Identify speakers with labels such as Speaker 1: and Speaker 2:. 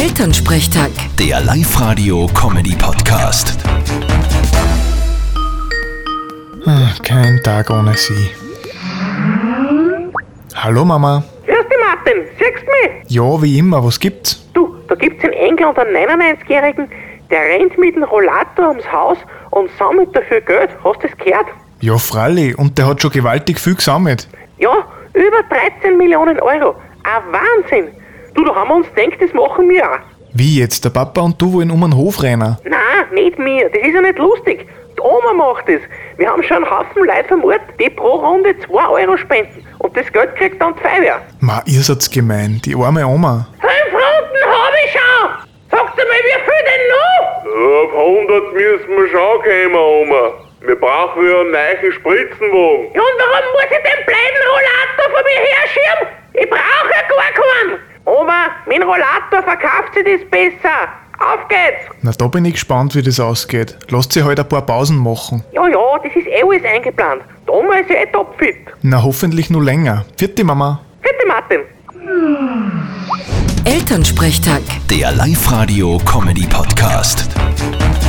Speaker 1: Elternsprechtag.
Speaker 2: Der Live-Radio-Comedy-Podcast.
Speaker 3: Ah, Kein Tag ohne sie. Hallo Mama.
Speaker 4: Grüß dich, Martin. Siehst du mich?
Speaker 3: Ja, wie immer, was gibt's?
Speaker 4: Du, da gibt's in England einen 99-Jährigen, der rennt mit dem Rollator ums Haus und sammelt dafür Geld. Hast du das gehört?
Speaker 3: Ja, Fralli, und der hat schon gewaltig viel gesammelt.
Speaker 4: Ja, über 13 Millionen Euro. Ein Wahnsinn. Du, da haben wir uns gedacht, das machen wir auch.
Speaker 3: Wie jetzt? Der Papa und du wollen um den Hof rennen.
Speaker 4: Nein, nicht mir. Das ist ja nicht lustig. Die Oma macht das. Wir haben schon einen Haufen Leute am Ort, die pro Runde 2 Euro spenden. Und das Geld kriegt dann die Feuerwehr.
Speaker 3: Ma, ihr seid gemein, die arme Oma.
Speaker 4: Fünf Runden hab ich schon. Sagst du mal, wie viel denn noch?
Speaker 5: Auf 100 müssen wir schon kommen, Oma. Wir brauchen ja einen neuen Spritzenwagen.
Speaker 4: Ja, und warum muss ich den blöden Rollator von mir herschieben? Ich brauche ja gar keinen. Oma, mein Rollator verkauft sich das besser. Auf geht's.
Speaker 3: Na, da bin ich gespannt, wie das ausgeht. Lasst sie heute halt ein paar Pausen machen.
Speaker 4: Ja, ja, das ist eh alles eingeplant. Die Oma ist ja eh topfit.
Speaker 3: Na, hoffentlich nur länger. Vierte Mama.
Speaker 4: Bitte, Martin.
Speaker 1: Elternsprechtag.
Speaker 2: Der Live-Radio-Comedy-Podcast.